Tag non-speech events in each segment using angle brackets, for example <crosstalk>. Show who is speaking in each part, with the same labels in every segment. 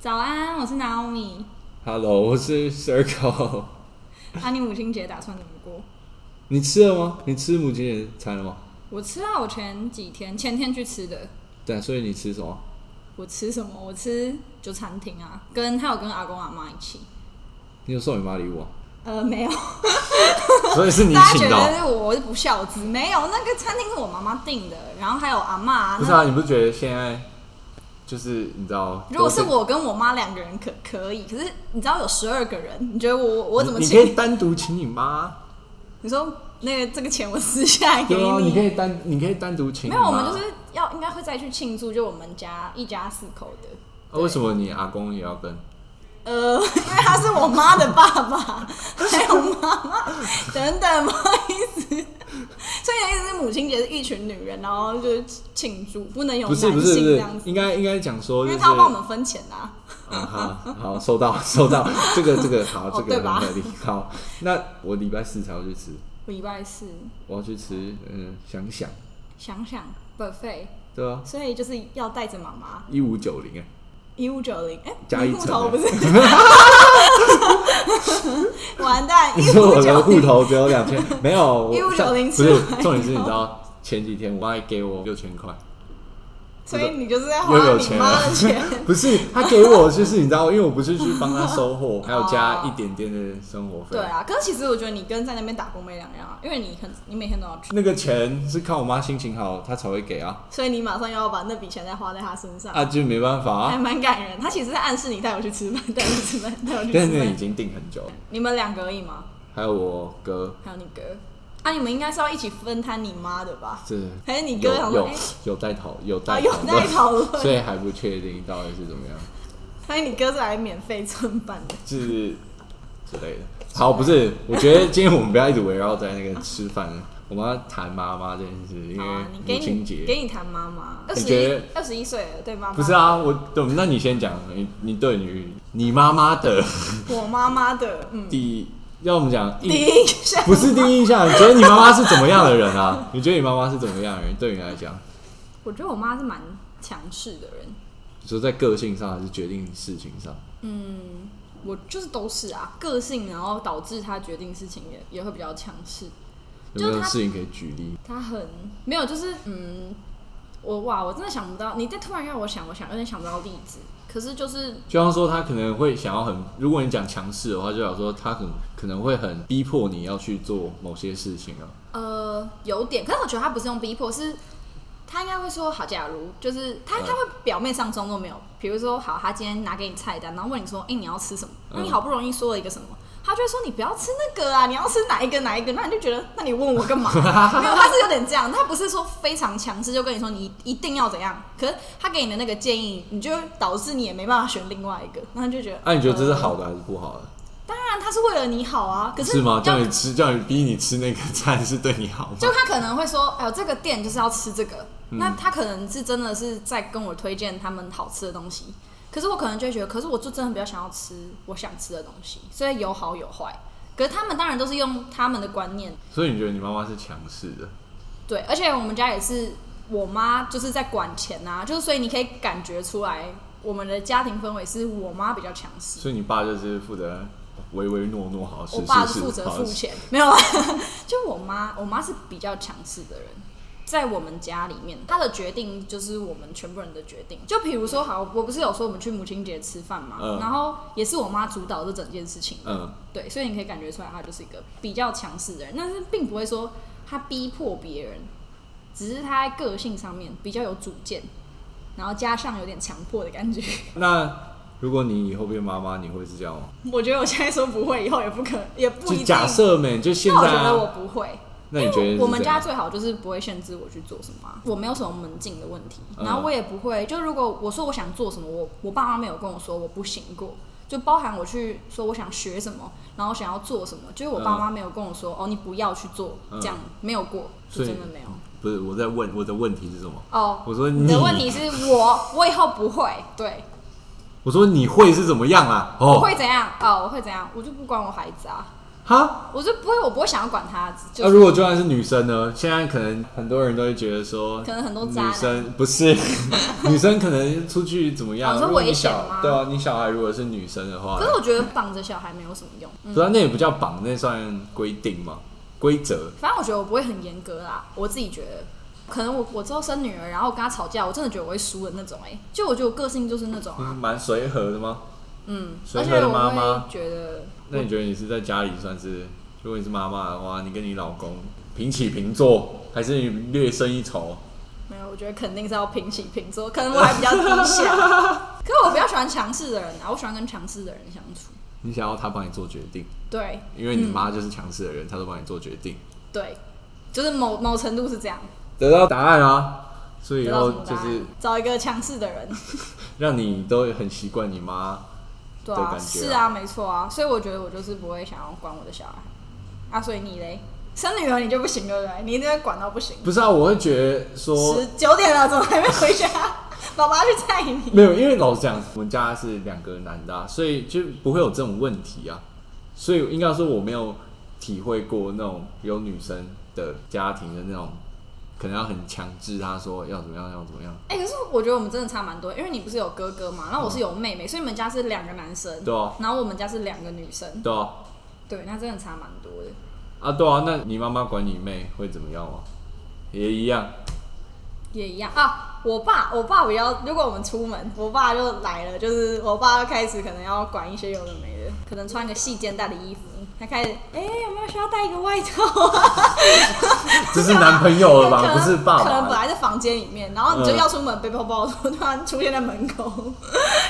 Speaker 1: 早安，我是 Naomi。
Speaker 2: Hello，我是 Circle。 <laughs>
Speaker 1: 啊，你母亲节打算怎么过？
Speaker 2: 你吃了吗？你吃母亲节餐了吗？
Speaker 1: 我吃啊，我前几天前天去吃的。
Speaker 2: 对啊，所以你吃什么？
Speaker 1: 我吃什么？我吃就餐厅啊，跟还有跟阿公阿妈一起。
Speaker 2: 你有送你妈礼物
Speaker 1: <laughs>
Speaker 2: 啊？
Speaker 1: 呃，没有，
Speaker 3: 所以是你
Speaker 1: 大家觉
Speaker 3: 请的
Speaker 1: 得
Speaker 3: 哦。
Speaker 1: 是啊我是不孝子，没有那个餐厅是我妈妈订的，然后还有阿妈、啊。
Speaker 3: 不是
Speaker 1: 那
Speaker 3: 啊，你不觉得现在就是你知道？
Speaker 1: 如果是
Speaker 3: 都
Speaker 1: 我跟我妈两个人可可以，可是你知道有十二个人，你觉得我我怎么
Speaker 3: 你你可
Speaker 1: 请？
Speaker 3: 以单独请你妈。
Speaker 1: 你说那个这个钱我私下给
Speaker 3: 对啊，你可
Speaker 1: 你。
Speaker 3: 以单，你可以单独请你
Speaker 1: 没
Speaker 3: 妈。
Speaker 1: 有，我们就是要应该会再去庆祝，就我们家一家四口的。
Speaker 3: 啊
Speaker 2: 哦
Speaker 3: 为什么你阿公也要跟？
Speaker 1: 呃，因为他是我妈的爸
Speaker 2: <laughs>
Speaker 1: 爸，还有妈妈等等，不好意思。所以你的意思是母亲节是一群女人，然后就是庆祝，不能有
Speaker 2: 不
Speaker 1: 男
Speaker 2: 是
Speaker 1: 性
Speaker 2: 不是不
Speaker 1: 这
Speaker 2: 是
Speaker 1: 样，子，
Speaker 2: 应该应该讲说
Speaker 1: 因为
Speaker 2: 就是
Speaker 1: 他要帮我们分钱啦、
Speaker 2: 啊好好收到 <laughs> 收到，这个这个好
Speaker 1: 哦
Speaker 2: 这
Speaker 1: 对
Speaker 2: 个
Speaker 1: 吧
Speaker 2: 很合理。好，那我礼拜四才要去吃，
Speaker 1: 我礼拜四
Speaker 2: 我要去吃嗯想想，
Speaker 1: 想想 buffet，
Speaker 2: 对啊吧？
Speaker 1: 所以就是要带着妈妈
Speaker 2: 一五九零哎，
Speaker 1: 一五九零，
Speaker 2: 加
Speaker 1: 哎，
Speaker 2: 一
Speaker 1: 你户
Speaker 2: 层
Speaker 1: 头
Speaker 2: 欸 <laughs>
Speaker 1: 不是？完蛋，
Speaker 2: 你
Speaker 1: 一
Speaker 2: 说
Speaker 1: 五
Speaker 2: 我的
Speaker 1: 九
Speaker 2: 户
Speaker 1: 零，
Speaker 2: 头只有两千， <laughs> 没有我
Speaker 1: 1590
Speaker 2: 上
Speaker 1: 吃
Speaker 2: 不是
Speaker 1: 完
Speaker 2: 重点
Speaker 1: 以
Speaker 2: 是你
Speaker 1: 后
Speaker 2: 知道前几天我妈还给我六千块。 <laughs>
Speaker 1: 所以你就是在花
Speaker 3: 又有
Speaker 1: 你
Speaker 3: 钱
Speaker 2: 啊
Speaker 1: 妈
Speaker 3: 了
Speaker 1: 的钱。
Speaker 2: <laughs> 不是他给我，就是你知道，因为我不是去帮他收货，还有加一点点的生活费。
Speaker 1: 对啊，可是其实我觉得你跟在那边打工没两样啊，因为你很你每天都要去，
Speaker 2: 那个钱是看我妈心情好，她才会给
Speaker 1: <laughs>
Speaker 2: 啊，
Speaker 1: 所以你马上又要把那笔钱再花在他身上，
Speaker 2: 啊就没办法
Speaker 1: 还
Speaker 2: 啊。
Speaker 1: 蛮感人。他其实在暗示你带我去吃饭，带我去吃饭，带我去
Speaker 2: 但
Speaker 1: 吃
Speaker 2: 是那已
Speaker 1: 饭。
Speaker 2: 经定很久，
Speaker 1: 你们两个而已吗？
Speaker 2: 还有我哥，
Speaker 1: 还有你哥啊？你们应该是要一起分摊你妈的吧？
Speaker 2: 这
Speaker 1: 还是你哥想
Speaker 2: 有
Speaker 1: 说，
Speaker 2: 有
Speaker 1: 哎、
Speaker 2: 有在讨有
Speaker 1: 啊
Speaker 2: 在
Speaker 1: 有在讨
Speaker 2: <laughs> 所
Speaker 1: 论，
Speaker 2: 以还不确定到底是怎么样，
Speaker 1: 所以你哥是来免费蹭饭的。
Speaker 2: 是之类的。好，不是，我觉得今天我们不要一直围绕在那个吃饭，我们要谈妈妈这件事，因
Speaker 1: 好
Speaker 2: 为
Speaker 1: 啊，你
Speaker 2: 母
Speaker 1: 给
Speaker 2: 亲
Speaker 1: 你
Speaker 2: 节。
Speaker 1: 给你谈妈妈，二
Speaker 2: 你
Speaker 1: 十
Speaker 2: 觉得
Speaker 1: 一二十一岁了，对妈妈
Speaker 2: 不是，啊，我对，那你先讲，你你对于你妈妈的
Speaker 1: 我妈妈的
Speaker 2: <laughs>
Speaker 1: 嗯
Speaker 2: 第，要我们讲
Speaker 1: 第
Speaker 2: 一，
Speaker 1: 一印象
Speaker 2: 不是第一印象，你觉得你妈妈是怎么样的人啊？你觉得你妈妈是怎么样的人？对你来讲，
Speaker 1: 我觉得我妈是蛮强势的人，
Speaker 2: 你说在个性上还是决定事情上？
Speaker 1: 嗯，我就是都是啊，个性，然后导致她决定事情也也会比较强势。
Speaker 2: 有没
Speaker 1: 就
Speaker 2: 有
Speaker 1: 她
Speaker 2: 事情可以举例？
Speaker 1: 她很没有，就是嗯，我哇，我真的想不到，你再突然让我想，我想有点想不到例子。可是就是
Speaker 2: 就像说，她可能会想要很，如果你讲强势的话，就想说她很可能会很逼迫你要去做某些事情啊。
Speaker 1: 呃，有点，可是我觉得她不是用逼迫，是她应该会说好，假如就是她
Speaker 2: 嗯
Speaker 1: 她会表面上装作没有，比如说好，她今天拿给你菜单，然后问你说，哎、你要吃什么？那你
Speaker 2: 嗯
Speaker 1: 好不容易说了一个什么。她就会说你不要吃那个啊，你要吃哪一个哪一个？那你就觉得，那你问我干嘛？
Speaker 2: <laughs>
Speaker 1: 没有，他是有点这样，他不是说非常强势，就跟你说你一定要怎样。可是他给你的那个建议，你就导致你也没办法选另外一个，然后你就觉得，
Speaker 2: 啊那、你觉得这是
Speaker 1: 呃
Speaker 2: 好的还是不好的？
Speaker 1: 当然，他是为了你好啊，可
Speaker 2: 是吗？
Speaker 1: 要
Speaker 2: 叫你吃，叫你逼你吃那个菜是对你好吗？
Speaker 1: 就他可能会说，哎呦，这个店就是要吃这个，那他可能是真的是在跟我推荐他们好吃的东西，可是我可能就会觉得，可是我就真的比较想要吃我想吃的东西，所以有好有坏。可是他们当然都是用他们的观念，
Speaker 2: 所以你觉得你妈妈是强势的？
Speaker 1: 对，而且我们家也是我妈就是在管钱啊，就是所以你可以感觉出来，我们的家庭氛围是我妈比较强势。
Speaker 2: 所以你爸就是负责唯唯诺诺，好事
Speaker 1: 我爸
Speaker 2: 是
Speaker 1: 是
Speaker 2: 是
Speaker 1: 负责付
Speaker 2: 好事
Speaker 1: 钱，没有啊。 <laughs> 就我妈，我妈是比较强势的人，在我们家里面，她的决定就是我们全部人的决定。就比如说，好，我不是有说我们去母亲节吃饭嘛，
Speaker 2: 嗯
Speaker 1: 然后也是我妈主导这整件事情，
Speaker 2: 嗯，
Speaker 1: 对，所以你可以感觉出来，她就是一个比较强势的人，但是并不会说她逼迫别人，只是她在个性上面比较有主见，然后加上有点强迫的感觉。 <laughs>
Speaker 2: 那如果你以后变妈妈，你会是这样吗？
Speaker 1: 我觉得我现在说不会，以后也不可，也不
Speaker 2: 就
Speaker 1: 一定。
Speaker 2: 假设没，就现
Speaker 1: 那我
Speaker 2: 在、
Speaker 1: 觉得我
Speaker 2: 啊，
Speaker 1: 不会。
Speaker 2: 那你觉得是
Speaker 1: 我们
Speaker 2: 怎
Speaker 1: 家
Speaker 2: 样
Speaker 1: 最好就是不会限制我去做什么啊、我没有什么门禁的问题，
Speaker 2: 嗯
Speaker 1: 然后我也不会，就如果我说我想做什么，我我爸妈没有跟我说我不行过，就包含我去说我想学什么，然后我想要做什么，就是我爸妈没有跟我说、哦你不要去做，
Speaker 2: 嗯
Speaker 1: 这样没有过，是
Speaker 2: 所以
Speaker 1: 真的没有。
Speaker 2: 不是我在问我的问题是什么？
Speaker 1: 哦，
Speaker 2: 我说
Speaker 1: 你的问题是我我以后不会，对，
Speaker 2: 我说你会是怎么样啊？
Speaker 1: 我
Speaker 2: 哦，
Speaker 1: 会怎样？哦，我会怎样？我就不管我孩子啊，
Speaker 3: 哈，
Speaker 1: 我就不会，我不会想要管他。
Speaker 2: 那、
Speaker 1: 就是、
Speaker 2: 如果就算是女生呢？现在可能很多人都会觉得说，
Speaker 1: 可能很多渣
Speaker 2: 女
Speaker 1: 男
Speaker 2: 生不是 <laughs> 女生可能出去怎么样？
Speaker 1: 哦你
Speaker 2: 如
Speaker 1: 说
Speaker 2: 果你
Speaker 1: 危险
Speaker 2: 小
Speaker 1: 吗
Speaker 2: 对啊，你小孩如果是女生的话
Speaker 1: 可，是我觉得绑着小孩没有什么用。嗯
Speaker 2: 不然那也不叫绑，那算规定嘛，规则。
Speaker 1: 反正我觉得我不会很严格啦，我自己觉得，可能我我之后生女儿，然后我跟她吵架，我真的觉得我会输的那种、哎，就我觉得我个性就是那种啊，
Speaker 2: 嗯，蛮随和的吗？
Speaker 1: 嗯，
Speaker 2: 随
Speaker 1: 而
Speaker 2: 和
Speaker 1: 且
Speaker 2: 的
Speaker 1: 我
Speaker 2: 妈妈
Speaker 1: 会觉得，
Speaker 2: 那你觉得你是在家里算是，如果你是妈妈的话，你跟你老公平起平坐，还是你略胜一筹？
Speaker 1: 没有，我觉得肯定是要平起平坐，可能我还比较低下， <laughs> 可是我比较喜欢强势的人啊，我喜欢跟强势的人相处，
Speaker 2: 你想要他帮你做决定，
Speaker 1: 对
Speaker 2: 因为你
Speaker 1: 嗯
Speaker 2: 妈就是强势的人，她都帮你做决定。
Speaker 1: 对，就是某某程度是这样，
Speaker 2: 得到答案啊！所以以
Speaker 1: 得到
Speaker 2: 后
Speaker 1: 什么答
Speaker 2: 就
Speaker 1: 案
Speaker 2: 是
Speaker 1: 找一个强势的人，
Speaker 2: 让你都很习惯你妈。
Speaker 1: 对
Speaker 2: 的
Speaker 1: 啊，
Speaker 2: 感觉啊
Speaker 1: 是啊，没错啊，所以我觉得我就是不会想要管我的小孩啊，所以你嘞，生女儿你就不行，对不对？你一定会管到不行，
Speaker 2: 不是啊，我会觉得说
Speaker 1: 十九点了，怎么还没回 <laughs> 家？爸爸去载你。
Speaker 2: 没有，因为老实讲，我们家是两个男的、啊，所以就不会有这种问题啊。所以应该说我没有体会过那种有女生的家庭的那种，可能要很强制她说要怎么样要怎么样，
Speaker 1: 哎、可是我觉得我们真的差蛮多，因为你不是有哥哥嘛，然后我是有妹妹，所以你们家是两个男生，
Speaker 2: 对啊
Speaker 1: 然后我们家是两个女生，
Speaker 2: 对啊，
Speaker 1: 对，那真的差蛮多的。
Speaker 2: 啊对啊，那你妈妈管你妹会怎么样吗？也一样，
Speaker 1: 也一样啊。我爸，我爸比较，如果我们出门，我爸就来了，就是我爸开始可能要管一些有的没的，可能穿个细肩带的衣服，他开始，哎、有没有需要带一个外套啊？
Speaker 2: 这是男朋友了
Speaker 1: <laughs> 可
Speaker 2: 吧？
Speaker 1: 能
Speaker 2: 不是爸
Speaker 1: 可能
Speaker 2: 爸
Speaker 1: 本
Speaker 2: 吧。
Speaker 1: 来在房间里面，然后你就
Speaker 2: 嗯
Speaker 1: 要出门，背包包突然出现在门口，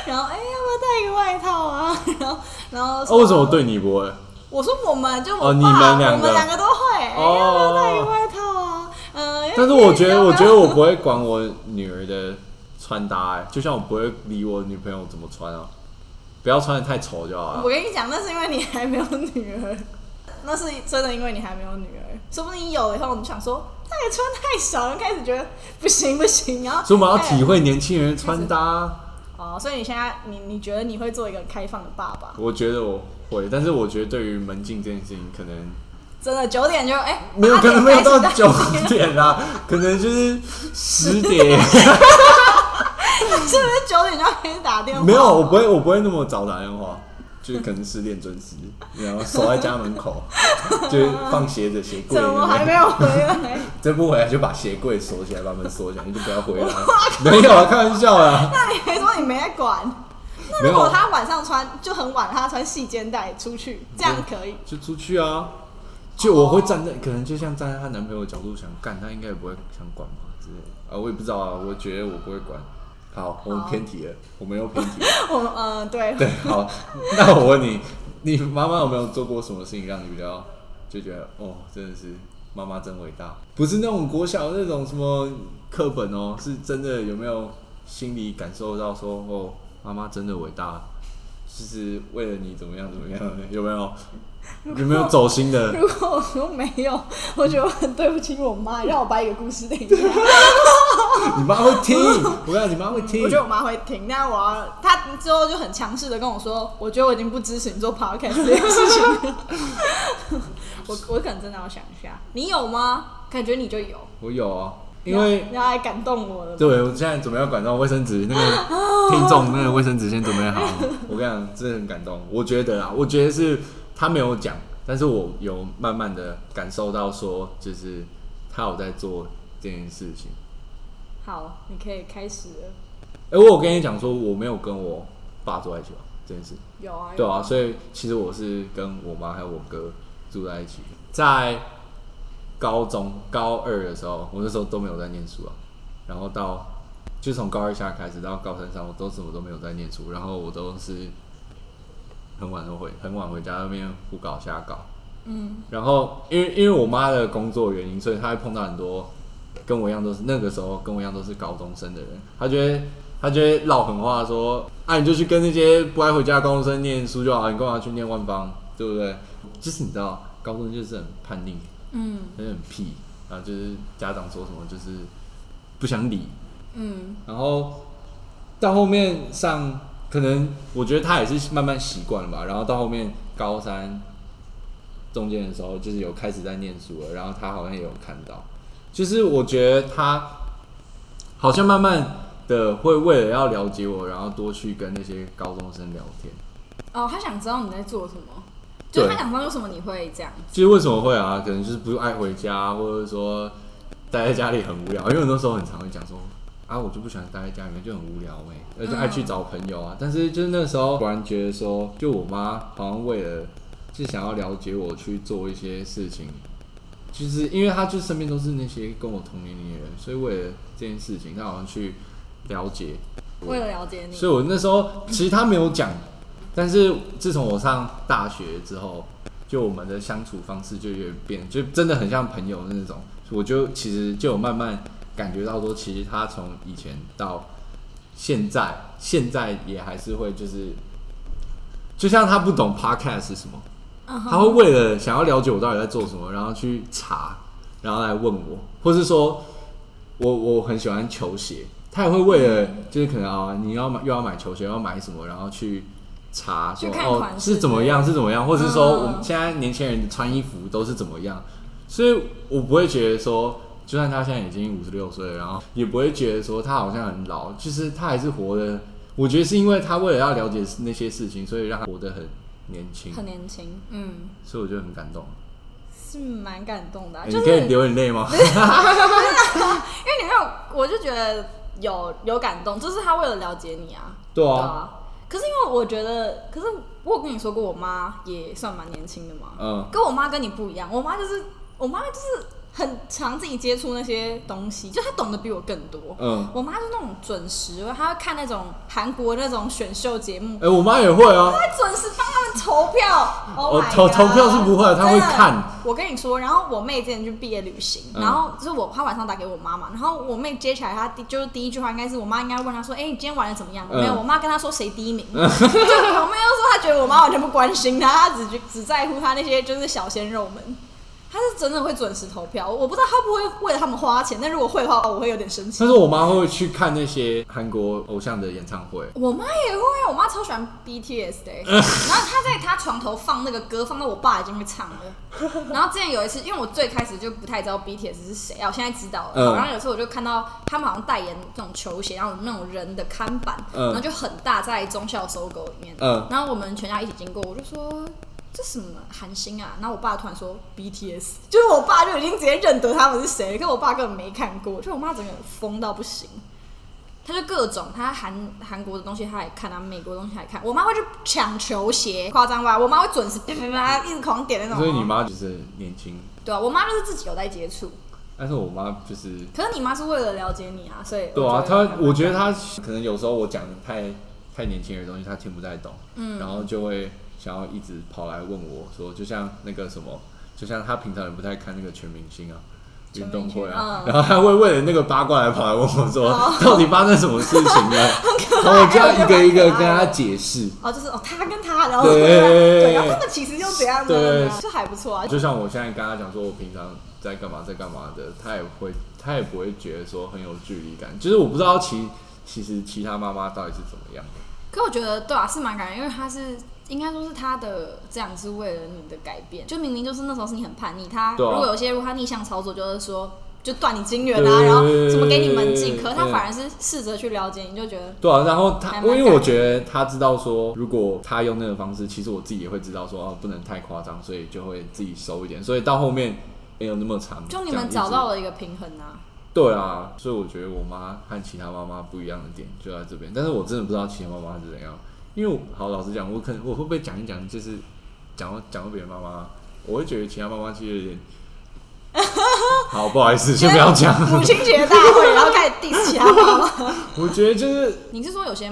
Speaker 1: 然后哎、要不要带一个外套啊？ <laughs> 然后然后
Speaker 2: 哦，为什么对你不会？
Speaker 1: 我说我们就我爸，
Speaker 2: 哦你们两个
Speaker 1: 我们两个都会，哎、
Speaker 2: 哦
Speaker 1: 要不要带一个外套啊？呃，
Speaker 2: <laughs> 但是我觉
Speaker 1: 要不要
Speaker 2: 得，我觉得我不会管我女儿的穿搭、欸，就像我不会理我女朋友怎么穿啊，不要穿的太丑就好
Speaker 1: 我
Speaker 2: 了。
Speaker 1: 跟你讲，那是因为你还没有女儿， <laughs> 那是真的因为你还没有女儿，说不定有了以后，你想说那个穿太少了，开始觉得不行不行，然后
Speaker 2: 所以我们要体
Speaker 1: 会
Speaker 2: 会年轻人的穿搭啊，
Speaker 1: 哦，所以你现在你你觉得你会做一个很开放的爸爸？
Speaker 2: 我觉得我会，但是我觉得对于门禁这件事情，可能
Speaker 1: 真的九点就哎，
Speaker 2: 没有，
Speaker 1: 八
Speaker 2: 可
Speaker 1: 点
Speaker 2: 能没有到
Speaker 1: 开始
Speaker 2: 九点啦，可能就是十点，
Speaker 1: <laughs> 是不是九点就要开始打电话？哦
Speaker 2: 没有，我不会，我不会那么早打电话。就是可能十点准时，然后守在家门
Speaker 1: <laughs>
Speaker 2: 口，就是放鞋子鞋柜
Speaker 1: 怎
Speaker 2: 里面。
Speaker 1: 么还没有回
Speaker 2: <laughs>
Speaker 1: 来？
Speaker 2: 再不回来就把鞋柜锁起来，把门锁起来，你就不要回 <laughs> 来。没有啊，开玩笑啦，
Speaker 1: 那你还说你没在管？那
Speaker 2: 没
Speaker 1: 如
Speaker 2: 有
Speaker 1: 果
Speaker 2: 啊，
Speaker 1: 他晚上穿就很晚，他穿细肩带出去，这样可
Speaker 2: <laughs>
Speaker 1: 以？
Speaker 2: 就出去啊。就我会站在，可能就像站在她男朋友的角度想干，她应该也不会想管吧之类的啊，我也不知道啊，我觉得我不会管。好，我们
Speaker 1: 好
Speaker 2: 偏题了，我们又偏题了。
Speaker 1: 我呃对，
Speaker 2: 对，好，那我问你，你妈妈有没有做过什么事情让你比较就觉得哦，真的是妈妈真伟大？不是那种国小那种什么课本哦，是真的有没有心里感受到说哦，妈妈真的伟大，就是为了你怎么样怎么样？有没有？有没有走心
Speaker 1: <laughs>
Speaker 2: 的？
Speaker 1: 如果我说没有，我觉得我很对不起我妈，让我把一个故事听一下。
Speaker 2: 你妈会听，我跟你讲，你妈会听
Speaker 1: 我觉。得我妈会听，但我要她之后就很强势的跟我说，我觉得我已经不支持你
Speaker 2: <laughs>
Speaker 1: 做 podcast 这件事情了。我我可能真的要想一下，你有吗？感觉你就有，
Speaker 2: 我有啊，因为
Speaker 1: 你要来感动我了。
Speaker 2: 对，我现在准备要管到卫生纸，那个听众那个卫生纸先准备好。我跟你讲，真的很感动。我觉得啊，我觉得是他没有讲，但是我有慢慢的感受到说，就是他有在做这件事情。
Speaker 1: 好，你可以开始了。
Speaker 2: 哎、我有跟你讲说，我没有跟我爸住在一起吧，这件事。
Speaker 1: 有啊，
Speaker 2: 对啊，所以其实我是跟我妈还有我哥住在一起，在高中高二的时候，我那时候都没有在念书啊，然后到就从高二下开始到高三上，我都什么都没有在念书，然后我都是很晚都回很晚回家那边胡搞瞎搞，
Speaker 1: 嗯，
Speaker 2: 然后因为因为我妈的工作原因，所以她会碰到很多跟我一样都是那个时候跟我一样都是高中生的人，她觉得她觉得唠狠话说，啊你就去跟那些不爱回家的高中生念书就好，你干嘛去念万方，对不对？就是你知道，高中就是很叛逆，
Speaker 1: 嗯
Speaker 2: 很很屁，然后就是家长说什么就是不想理，
Speaker 1: 嗯，
Speaker 2: 然后到后面上，可能我觉得他也是慢慢习惯了吧。然后到后面高三中间的时候，就是有开始在念书了，然后他好像也有看到，就是我觉得他好像慢慢的会为了要了解我，然后多去跟那些高中生聊天。
Speaker 1: 哦，他想知道你在做什么，就
Speaker 2: 对
Speaker 1: 是他想知道为什么你会这样。
Speaker 2: 就是为什么会啊？可能就是不爱回家，或者说待在家里很无聊。因为我那时候很常会讲说啊，我就不喜欢待在家里面，就很无聊哎、而且爱去找朋友啊。但是就是那时候突然觉得说，就我妈好像为了就想要了解我去做一些事情，就是因为她就身边都是那些跟我同年龄的人，所以为了这件事情，她好像去了解
Speaker 1: 为了了解你，
Speaker 2: 所以我那时候其实他没有讲，但是自从我上大学之后，就我们的相处方式就有点变，就真的很像朋友那种。我就其实就有慢慢感觉到说，其实他从以前到现在，现在也还是会就是，就像他不懂 podcast 是什么，
Speaker 1: 嗯 <laughs> 哼
Speaker 2: 他会为了想要了解我到底在做什么，然后去查，然后来问我，或是说我我很喜欢球鞋，他也会为了
Speaker 1: 嗯
Speaker 2: 就是可能啊、你要买又要买球鞋，要买什么，然后去查说
Speaker 1: 去看
Speaker 2: 哦
Speaker 1: 款式
Speaker 2: 是怎么样是怎么样，或是说
Speaker 1: 嗯
Speaker 2: 我们现在年轻人穿衣服都是怎么样，所以我不会觉得说。就算他现在已经五十六岁了，然后也不会觉得说他好像很老，就是他还是活的。我觉得是因为他为了要了解那些事情，所以让他活得很年轻，
Speaker 1: 很年轻，嗯，
Speaker 2: 所以我就很感动。
Speaker 1: 是蛮感动的啊、
Speaker 2: 欸
Speaker 1: 就
Speaker 2: 你
Speaker 1: 是
Speaker 2: 可以流眼泪
Speaker 1: <laughs>
Speaker 2: 吗？
Speaker 1: 因为你没有，我就觉得有有感动，就是他为了了解你啊。
Speaker 2: 对
Speaker 1: 对
Speaker 2: 啊，
Speaker 1: 啊。可是因为我觉得，可是我有跟你说过，我妈也算蛮年轻的嘛。
Speaker 2: 嗯，
Speaker 1: 跟我妈跟你不一样，我妈就是我妈就是很常自己接触那些东西，就她懂得比我更多。
Speaker 2: 嗯
Speaker 1: 我妈是那种准时，她会看那种韩国那种选秀节目
Speaker 2: 哎、，我妈也会哦、
Speaker 1: 她会准时帮他们投票。Oh
Speaker 2: 我
Speaker 1: my
Speaker 2: 嗯哦投
Speaker 1: god
Speaker 2: 投票是不会她会
Speaker 1: 真的
Speaker 2: 看
Speaker 1: 我跟你说，然后我妹之前去毕业旅行，
Speaker 2: 嗯
Speaker 1: 然后就是我她晚上打给我妈嘛，然后我妹接起来，她第就是第一句话应该是我妈应该问她说：“哎、你今天玩的怎么样？”
Speaker 2: 嗯
Speaker 1: 没有，我妈跟她说谁第一名，就我妹又说她觉得我妈完全不关心她，她只觉只在乎她那些就是小鲜肉们。她是真的会准时投票，我不知道她会不会为了他们花钱，但如果会的话，我会有点生气
Speaker 2: 但。是我妈会去看那些韩国偶像的演唱会，
Speaker 1: 我妈也会，啊我妈超喜欢 BTS 的欸、
Speaker 2: <laughs>
Speaker 1: 然后她在她床头放那个歌，放到我爸已经会唱了。然后之前有一次，因为我最开始就不太知道 BTS 是谁啊，我现在知道了。
Speaker 2: 嗯
Speaker 1: 然后有一次我就看到他们好像代言那种球鞋，然后有那种人的看板，
Speaker 2: 嗯
Speaker 1: 然后就很大，在中校搜狗里面。
Speaker 2: 嗯
Speaker 1: 然后我们全家一起经过，我就说。这什么韩星啊？然后我爸突然说 BTS，就是 <laughs> 我爸就已经直接认得他们是谁了，可我爸根本没看过，就我妈整个疯到不行。他就各种，他韩韩国的东西他也看啊，美国的东西他也看。我妈会去抢球鞋，夸张吧？我妈会准时啪啪
Speaker 2: <laughs>
Speaker 1: 啪一直狂点那种。
Speaker 2: 所以你？妈就是很年轻，
Speaker 1: 对啊，我妈就是自己有在接触，
Speaker 2: 但是我妈就是
Speaker 1: 可是你妈是为了了解你啊，所以
Speaker 2: 对啊，
Speaker 1: 觉得
Speaker 2: 她我觉得她可能有时候我讲的太太年轻的东西，她听不太懂，嗯，然后就会想要一直跑来问我说，就像那个什么，就像她平常也不太看那个全明星啊。运动会啊，
Speaker 1: 全明星嗯
Speaker 2: 然后她会为了那个八卦来跑来问我说，
Speaker 1: 哦
Speaker 2: 到底发生什么事
Speaker 1: <laughs>
Speaker 2: 情了？然后我就要一个一个跟她解释。
Speaker 1: 哦，就是哦，他跟他，然后
Speaker 2: 对
Speaker 1: <laughs> 对，然后他们其实又怎样的，
Speaker 2: 对
Speaker 1: 就还不错啊。
Speaker 2: 就像我现在跟他讲说，我平常在干嘛，在干嘛的，他也会，他也不会觉得说很有距离感。就是我不知道其其实其他妈妈到底是怎么样的。
Speaker 1: 可我觉得对啊，是蛮感人，因为他是应该说是他的这样是为了你的改变，就明明就是那时候是你很叛逆，他
Speaker 2: 对
Speaker 1: 如
Speaker 2: 啊
Speaker 1: 果有些如果他逆向操作，就是说就断你金元
Speaker 2: 对对
Speaker 1: 啊，
Speaker 2: 对
Speaker 1: 然后什么
Speaker 2: 对
Speaker 1: 给你门禁，
Speaker 2: 对
Speaker 1: 可是他
Speaker 2: 对
Speaker 1: 反而是试着去了解，你就觉得
Speaker 2: 对啊，然后他，
Speaker 1: 还蛮
Speaker 2: 因
Speaker 1: 感人
Speaker 2: 为我觉得他知道说，如果他用那个方式，其实我自己也会知道说，哦，不能太夸张，所以就会自己收一点。所以到后面没有那么长，
Speaker 1: 就你
Speaker 2: 这样
Speaker 1: 们
Speaker 2: 一直
Speaker 1: 找到了一个平衡啊。
Speaker 2: 对啊，所以我觉得我妈和其他妈妈不一样的点就在这边，但是我真的不知道其他妈妈是怎样，因为我好老实讲，我可能我会不会讲一讲，就是讲到讲到别人妈妈，我会觉得其他妈妈其实有点， <laughs> 好不好意思，先不要讲，
Speaker 1: <laughs> 母亲节大会，然后开始 diss 其他妈
Speaker 2: <laughs>
Speaker 1: 妈。
Speaker 2: 我觉得就是
Speaker 1: 你是说有些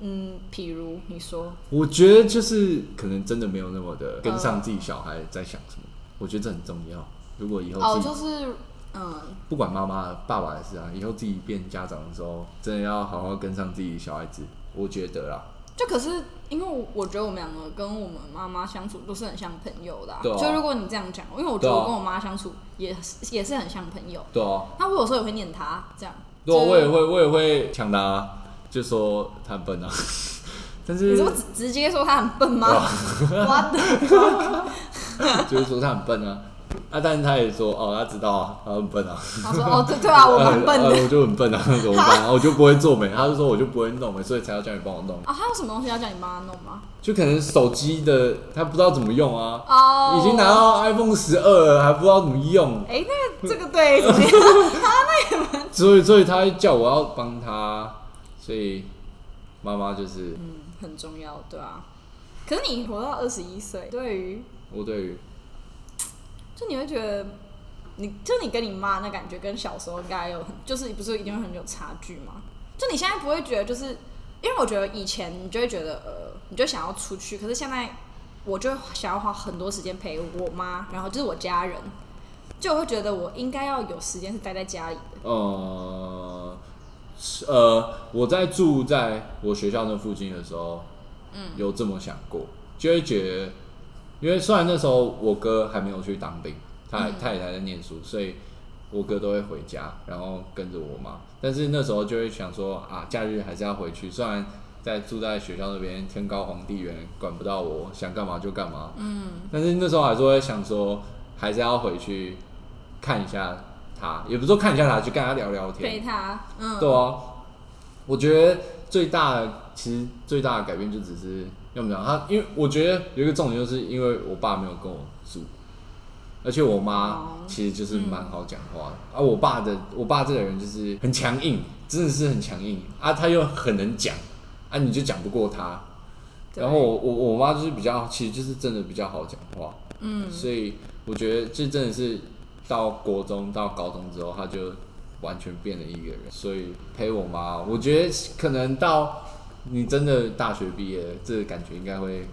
Speaker 1: 嗯，比如你说
Speaker 2: 我觉得就是可能真的没有那么的跟上自己小孩在想什么，我觉得这很重要。如果以后
Speaker 1: 哦，
Speaker 2: 自己
Speaker 1: 就是嗯，
Speaker 2: 不管妈妈、爸爸也是啊，以后自己变家长的时候，真的要好好跟上自己小孩子，我觉得啦。
Speaker 1: 就可是因为我觉得我们两个跟我们妈妈相处都是很像朋友的啊、
Speaker 2: 对啊
Speaker 1: 就如果你这样讲，因为我觉得
Speaker 2: 对啊
Speaker 1: 我跟我妈相处也是、也是很像朋友。
Speaker 2: 对啊，
Speaker 1: 那我有时候也会念她这样。
Speaker 2: 对啊，
Speaker 1: 就是
Speaker 2: 我也。会，我也会抢答、就说他笨啊。 <laughs> 但
Speaker 1: 你
Speaker 2: 是
Speaker 1: 说直直接说她很笨吗？我的
Speaker 2: <laughs> 就是说他很笨啊。啊，但是他也说哦，他知道啊，他很笨啊，
Speaker 1: 他说哦，对对啊，我蛮笨
Speaker 2: 呃
Speaker 1: 的。
Speaker 2: 呃我就很 <laughs> 笨啊，那怎么办啊？我就不会做美，他就说我就不会弄美，所以才要叫你帮我弄。
Speaker 1: 啊，他有什么东西要叫你帮他弄吗？
Speaker 2: 就可能手机的他不知道怎么用啊，
Speaker 1: 哦，
Speaker 2: 已经拿。到 iPhone 十二了，还不知道怎么用，
Speaker 1: 哎，那个这个对，怎么样？
Speaker 2: 所以所以他叫我要帮他，所以妈妈就是
Speaker 1: 嗯，很重要，对啊。可是你活到二十一岁，对于
Speaker 2: 我对于
Speaker 1: 就你会觉得，你就你跟你妈那感觉跟小时候应该有很，就是不是一定会很有差距吗？就你现在不会觉得，就是因为我觉得以前你就会觉得，呃，你就想要出去，可是现在我就想要花很多时间陪我妈，然后就是我家人，就我会觉得我应该要有时间是待在家里的。
Speaker 2: 呃是呃，我在住在我学校那附近的时候，嗯，有这么想过，就会觉得，因为虽然那时候我哥还没有去当兵，他还、他也还在念书，所以我哥都会回家，然后跟着我妈，但是那时候就会想说啊，假日还是要回去，虽然。在住在学校那边，天高皇帝远，管不到我，想干嘛就干嘛。嗯，但是那时候还是会想说，还是要回去看一下他，也不是说看一下他，就跟他聊聊
Speaker 1: 陪
Speaker 2: 天。
Speaker 1: 她，嗯，
Speaker 2: 对啊，我觉得最大的其实最大的改变就只是要么讲他，因为我觉得有一个重点就是因为我爸没有跟我住，而且我妈
Speaker 1: 哦嗯
Speaker 2: 其实就是蛮好讲话的、啊。我爸的我爸这个人就是很强硬，真的是很强硬啊，他又很能讲啊，你就讲不过他。
Speaker 1: 对
Speaker 2: 然后我我我妈就是比较，其实就是真的比较好讲话，嗯，所以我觉得这真的是到国中到高中之后，她就完全变了一个人。所以陪我妈，我觉得可能到你真的大学毕业了，这个感觉应该会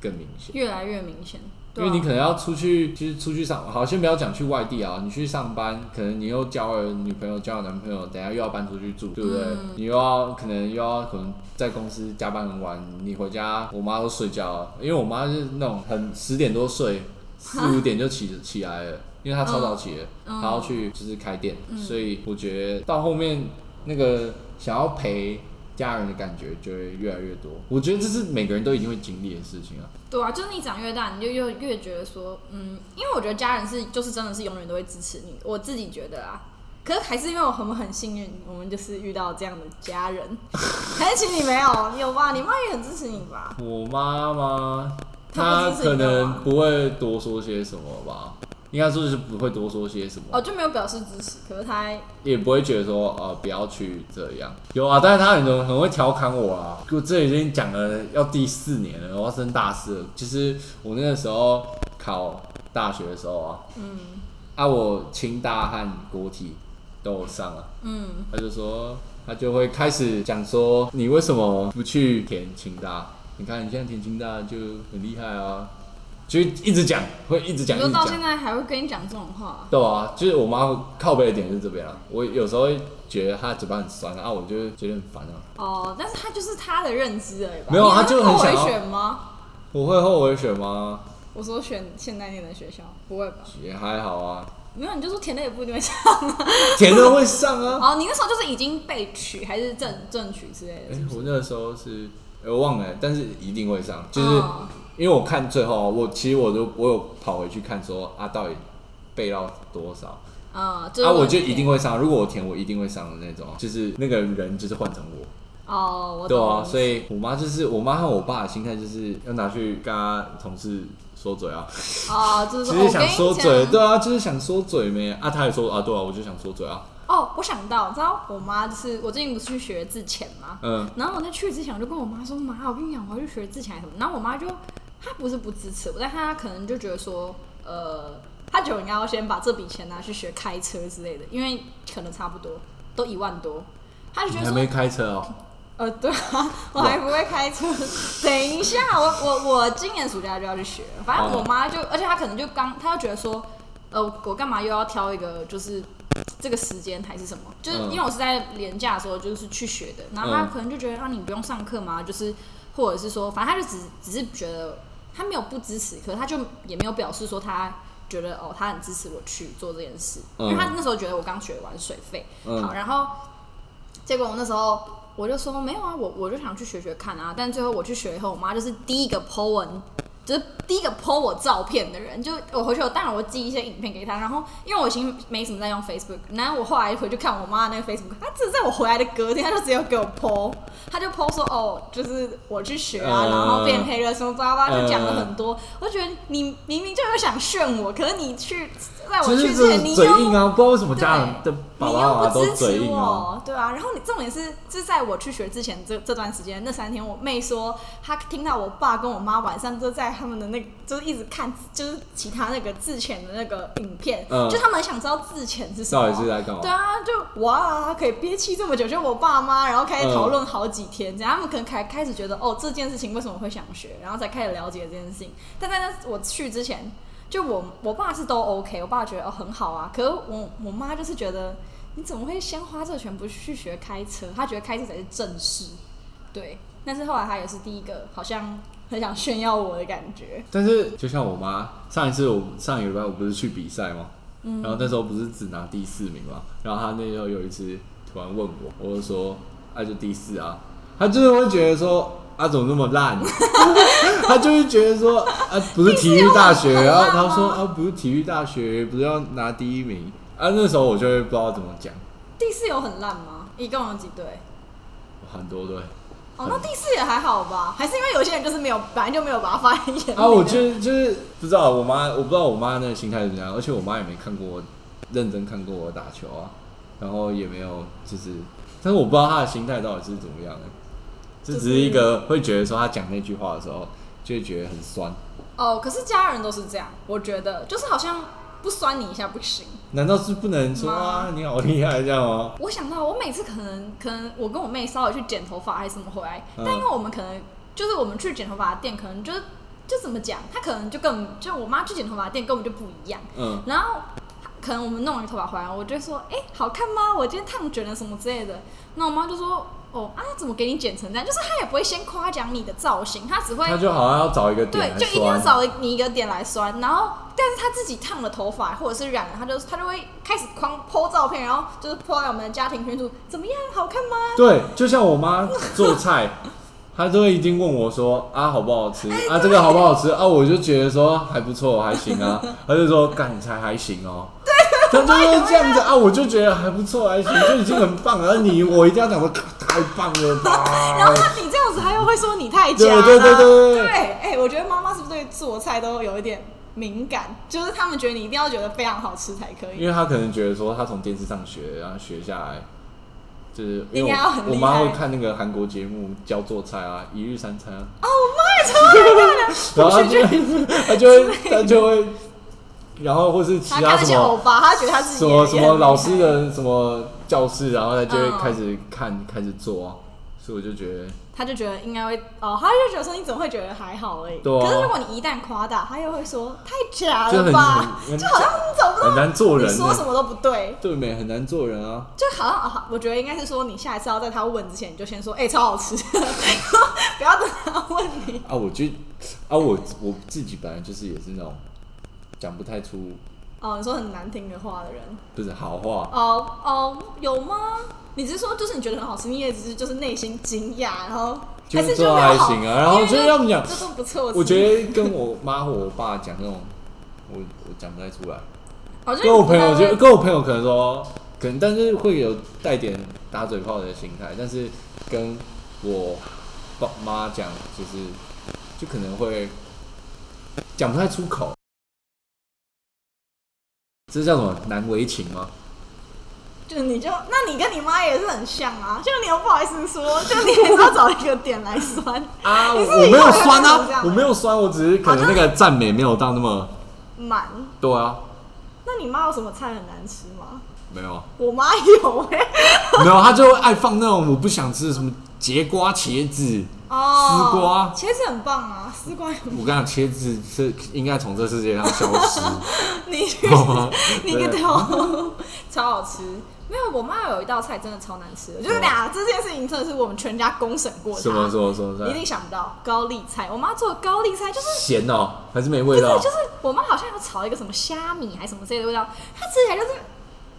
Speaker 2: 更明显，
Speaker 1: 越来越明显，
Speaker 2: 因
Speaker 1: 对啊
Speaker 2: 为你可能要出去，就是出去上，好，先不要讲去外地啊，你去上班，可能你又交了女朋友，交了男朋友，等一下又要搬出去住，对不对？
Speaker 1: 嗯
Speaker 2: 你又要可能又要可能在公司加班很晚，你回家我妈都睡觉了，因为我妈是那种很十点多睡，
Speaker 1: <laughs>
Speaker 2: 四五点就起起来了，因为她超早起
Speaker 1: 嗯
Speaker 2: 的，她要去就是开店，所以我觉得到后面那个想要陪家人的感觉就会越来越多，我觉得这是每个人都一定会经历的事情啊。
Speaker 1: 对啊，就是你长越大，你就越越觉得说，嗯，因为我觉得家人是就是真的是永远都会支持你，我自己觉得啊。可是还是因为我很很幸运，我们就是遇到这样的家人。还是其实你没有，你有吧？你妈也很支持你吧？
Speaker 2: 我妈妈，
Speaker 1: 她
Speaker 2: 她
Speaker 1: 不支持
Speaker 2: 可
Speaker 1: 你干嘛
Speaker 2: 能不会多说些什么吧，应该说是不会多说些什么，
Speaker 1: 哦，就没有表示支持，可是她
Speaker 2: 也不会觉得说呃不要去这样。有啊，但是她很很会调侃我啊，我这已经讲了要第四年了，我要升大四了。其实我那个时候考大学的时候啊，嗯，啊我清大和国体都有上啊，
Speaker 1: 嗯，
Speaker 2: 他就说，他就会开始讲说，你为什么不去填清大？你看你现在填清大就很厉害啊，就一直讲，会一直
Speaker 1: 你
Speaker 2: 讲，一
Speaker 1: 说
Speaker 2: 直
Speaker 1: 到现
Speaker 2: 讲。
Speaker 1: 在还会跟你讲这种话，
Speaker 2: 对啊，就是我妈靠背的点是这边啊。我有时候会觉得她嘴巴很酸啊，啊我就会觉得很烦啊。
Speaker 1: 哦，但是她就是她的认知而已吧？
Speaker 2: 没有啊
Speaker 1: 你
Speaker 2: 她就很
Speaker 1: 后悔
Speaker 2: 想要
Speaker 1: 选吗？
Speaker 2: 我会后悔选吗？
Speaker 1: 我说选现代念的学校，不会吧？
Speaker 2: 也还好啊，
Speaker 1: 没有，你就说填的也不一定会上啊。
Speaker 2: 填了会上啊。
Speaker 1: <laughs> 哦，你那时候就是已经被取还是正正取之类
Speaker 2: 哎、
Speaker 1: 的？
Speaker 2: 我那时候是、哎我忘了、但是一定会上，就是
Speaker 1: 哦
Speaker 2: 因为我看最后啊，我其实我都我有跑回去看说啊，到底背到多少。
Speaker 1: 啊、就是
Speaker 2: 啊，
Speaker 1: 问
Speaker 2: 我就
Speaker 1: 你
Speaker 2: 一定会上。如果我填，我一定会上的那种，就是那个人就是换成我，
Speaker 1: 哦，我
Speaker 2: 对
Speaker 1: 懂
Speaker 2: 啊。所以我妈就是我妈和我爸的心态就是要拿去跟她同事说嘴啊，
Speaker 1: 哦，就是
Speaker 2: 其
Speaker 1: 说
Speaker 2: 实想
Speaker 1: 我
Speaker 2: 说
Speaker 1: 跟你
Speaker 2: 嘴，
Speaker 1: 讲
Speaker 2: 对啊，就是想说嘴没啊，她也说啊，对啊，我就想说嘴啊，
Speaker 1: 哦，我想到，你知道我妈就是我最近不是去学自潜吗？
Speaker 2: 嗯，
Speaker 1: 然后我在去之前我就跟我妈说，妈，我跟你讲，我要去学自潜还是什么。然后我妈就她不是不支持我，但她可能就觉得说，呃，她觉得我应该要先把这笔钱拿去学开车之类的，因为可能差不多都一万多，她就
Speaker 2: 你
Speaker 1: 觉得
Speaker 2: 还
Speaker 1: 说
Speaker 2: 没开车哦，
Speaker 1: 呃，对啊，我还不会开车。 <laughs> 等一下，我我我今年暑假就要去学了。反正
Speaker 2: 哦
Speaker 1: 我妈就，而且她可能就刚，她就觉得说，呃，我干嘛又要挑一个就是这个时间还是什么？就是
Speaker 2: 嗯
Speaker 1: 因为我是在年假的时候就是去学的，然后她
Speaker 2: 嗯
Speaker 1: 可能就觉得，啊，你不用上课嘛，就是或者是说，反正她就只只是觉得她没有不支持，可是她就也没有表示说她。觉得哦，她很支持我去做这件事，因为她
Speaker 2: 嗯
Speaker 1: 那时候觉得我刚学完水费，
Speaker 2: 嗯
Speaker 1: 好，然后结果我那时候我就说没有啊，我我就想去学学看啊，但最后我去学以后，我妈就是第一个 po 文就是第一个 po 我照片的人，就我回去我当然我寄一些影片给他，然后因为我已经没什么在用 Facebook，然后我后来回去看我妈那个 Facebook，她只在我回来的隔天，她就直接给我 po，她就 po 说哦，就是我去学啊，
Speaker 2: 嗯
Speaker 1: 然后变黑了什么巴拉巴拉，
Speaker 2: 嗯
Speaker 1: 就讲了很多。我就觉得你明明就有想炫我，可是你去在哎我
Speaker 2: 就
Speaker 1: 去
Speaker 2: 是
Speaker 1: 之
Speaker 2: 这
Speaker 1: 前，
Speaker 2: 种
Speaker 1: 你
Speaker 2: 嘴
Speaker 1: 又
Speaker 2: 硬啊，不知道为什么家人的爸
Speaker 1: 你
Speaker 2: 爸妈妈
Speaker 1: 又不
Speaker 2: 都
Speaker 1: 支
Speaker 2: 嘴
Speaker 1: 持
Speaker 2: 硬啊。
Speaker 1: 我，对啊。然后你重点是，就是在我去学之前这这段时间，那三天，我妹说她听到我爸跟我妈晚上就在他们的那个，就是一直看，就是其他那个自遣的那个影片，
Speaker 2: 嗯
Speaker 1: 就他们很想知道自遣是什
Speaker 2: 到
Speaker 1: 么。
Speaker 2: 底是在干嘛
Speaker 1: 对啊，就哇，可以憋气这么久，就我爸妈，然后开始讨论好几天，这样、他们可能开开始觉得哦，这件事情为什么会想学，然后才开始了解这件事情。但在那我去之前，就我我爸是都 OK，我爸觉得哦很好啊，可是我我妈就是觉得你怎么会先花这个钱不去学开车？她觉得开车才是正事，对。但是后来她也是第一个，好像很想炫耀我的感觉。
Speaker 2: 但是就像我妈上一次我上一个礼拜我不是去比赛吗？
Speaker 1: 嗯
Speaker 2: 然后那时候不是只拿第四名嘛，然后她那时候有一次突然问我，我就说啊就第四啊，她就是会觉得说啊怎么那么烂， <laughs> 她就是觉得说啊不是体育大学，
Speaker 1: 第四有
Speaker 2: 然
Speaker 1: 很
Speaker 2: 后
Speaker 1: 烂吗
Speaker 2: 她说啊不是体育大学，不是要拿第一名啊，那时候我就会不知道怎么讲，
Speaker 1: 第四有很烂吗？一共有几队？
Speaker 2: 很多对。
Speaker 1: 哦，那第四也还好吧，还是因为有些人就是没有，本来就没有把它放在眼 <laughs> 里。
Speaker 2: 啊，我就是就是 <laughs> 不知道我妈，我不知道我妈那个心态是怎样，而且我妈也没看过我认真看过我打球啊，然后也没有就是，但是我不知道她的心态到底是怎么样的、这
Speaker 1: 就
Speaker 2: 只
Speaker 1: 是
Speaker 2: 是一个会觉得说她讲那句话的时候，就会觉得很酸。
Speaker 1: 哦，可是家人都是这样，我觉得就是好像不酸你一下不行。
Speaker 2: 难道是不能说啊你好厉害这样吗？
Speaker 1: 我想到我每次可能可能我跟我妹稍微去剪头发还是什么回来，
Speaker 2: 嗯
Speaker 1: 但因为我们可能就是我们去剪头发的店，可能就是就怎么讲，她可能就跟就我妈去剪头发的店跟我们就不一样。
Speaker 2: 嗯，
Speaker 1: 然后可能我们弄完头发回来，我就说：“哎、好看吗？我今天烫卷了什么之类的。”那我妈就说：“哦啊，怎么给你剪成这样？”就是她也不会先夸奖你的造型，她只会
Speaker 2: 她就好像要找一个点
Speaker 1: 对，
Speaker 2: 来
Speaker 1: 就一定要
Speaker 2: 酸。
Speaker 1: 找你一个点来酸。然后，但是她自己烫了头发或者是染了，她就她就会开始狂 po 照片，然后就是 po 在我们的家庭群组，怎么样，好看吗？
Speaker 2: <laughs> 对，就像我妈做菜，她都会一定问我说啊好不好吃
Speaker 1: 哎
Speaker 2: 啊这个好不好吃啊，我就觉得说还不错，还行
Speaker 1: <laughs>
Speaker 2: 啊，她就说干你才还行哦。她就是这样子啊，我就觉得还不错，还行，就已经很棒了。你我一定要讲说太棒了
Speaker 1: 然 <laughs> 后
Speaker 2: 吧？
Speaker 1: 她你这样子，她又会说你太假了。
Speaker 2: 哎对对对对对
Speaker 1: 哎、我觉得妈妈是不是对做菜都有一点敏感？就是他们觉得你一定要觉得非常好吃才可以。
Speaker 2: 因为她可能觉得说她从电视上学，然后学下来，就是因
Speaker 1: 应
Speaker 2: 为
Speaker 1: 该要
Speaker 2: 我
Speaker 1: 很
Speaker 2: 我
Speaker 1: 厉
Speaker 2: 妈
Speaker 1: 害
Speaker 2: 会看那个韩国节目教做菜啊，一日三餐啊，
Speaker 1: 哦，我妈也超爱
Speaker 2: <laughs> 然后他就会他就
Speaker 1: <laughs>
Speaker 2: 会他就会，然后或是其
Speaker 1: 她看
Speaker 2: 他
Speaker 1: 那
Speaker 2: 什
Speaker 1: 些欧
Speaker 2: 么
Speaker 1: 巴，她觉得她自己
Speaker 2: 什
Speaker 1: 也
Speaker 2: 么什
Speaker 1: 也很
Speaker 2: 么
Speaker 1: 厉
Speaker 2: 老
Speaker 1: 害
Speaker 2: 师的什么教室，然后他就会
Speaker 1: 嗯
Speaker 2: 开始看开始做啊，所以我就觉得
Speaker 1: 他就觉得应该会哦，他就觉得说你怎么会觉得还好而已。
Speaker 2: 对啊
Speaker 1: 可是如果你一旦夸大，他又会说太假
Speaker 2: 就
Speaker 1: 了
Speaker 2: 很
Speaker 1: 吧，
Speaker 2: 很
Speaker 1: 就好像你找不到
Speaker 2: 很难做人
Speaker 1: 你说什么都不对，
Speaker 2: 对美很难做人啊。
Speaker 1: 就好像啊，我觉得应该是说你下一次要在他问之前，你就先说哎、超好吃， <laughs> 不要等他问你。
Speaker 2: 啊，我就啊我我自己本来就是也是那种讲不太出
Speaker 1: 哦，你说很难听的话的人，
Speaker 2: 不是好话，
Speaker 1: 哦哦，有吗？你是说就是你觉得很好吃，你也只是就是内心惊讶，然后
Speaker 2: 就
Speaker 1: 还是
Speaker 2: 做
Speaker 1: 就没有
Speaker 2: 还
Speaker 1: 好
Speaker 2: 行啊然后
Speaker 1: 因为
Speaker 2: 就是要你讲
Speaker 1: 这都不错吃，
Speaker 2: 我觉得跟我妈或我爸讲那种，我我讲不太出来。
Speaker 1: 好像
Speaker 2: 跟我
Speaker 1: <laughs>
Speaker 2: 朋友
Speaker 1: 不太
Speaker 2: 就
Speaker 1: 会
Speaker 2: 跟我朋友可能说，可能但是会有带点打嘴炮的心态，但是跟我爸妈讲，就是就可能会讲不太出口。这叫什么难为情吗？
Speaker 1: 就你就，那你跟你妈也是很像啊，就你又不好意思说，就你还是要找一个点来酸
Speaker 2: 啊，我
Speaker 1: 你是不是
Speaker 2: 我没有酸
Speaker 1: 以后也会这样
Speaker 2: 啊，
Speaker 1: 啊
Speaker 2: 我没有酸，我只是可能那个赞美没有到那么
Speaker 1: 满。
Speaker 2: 对啊，
Speaker 1: 那你妈有什么菜很难吃吗？
Speaker 2: 没有啊，
Speaker 1: 我妈有哎、
Speaker 2: 没有，他就会爱放那种我不想吃的什么节瓜、茄子。
Speaker 1: 哦，
Speaker 2: <laughs> 丝瓜
Speaker 1: 茄子很棒啊，丝瓜很
Speaker 2: 我跟你讲，茄子是应该从这世界上消失。
Speaker 1: <laughs> 你去
Speaker 2: 好吗
Speaker 1: 你个头，超好吃。没有，我妈有一道菜真的超难吃的，就是俩这件事情真的是我们全家公审过她，
Speaker 2: 哦什么什么什么
Speaker 1: 你一
Speaker 2: 菜？
Speaker 1: 定想不到高丽菜，我妈做的高丽菜就是
Speaker 2: 咸哦，还是没
Speaker 1: 不
Speaker 2: 味
Speaker 1: 是
Speaker 2: 道，
Speaker 1: 就是我妈好像要炒一个什么虾米还是什么之类的味道，她吃起来就是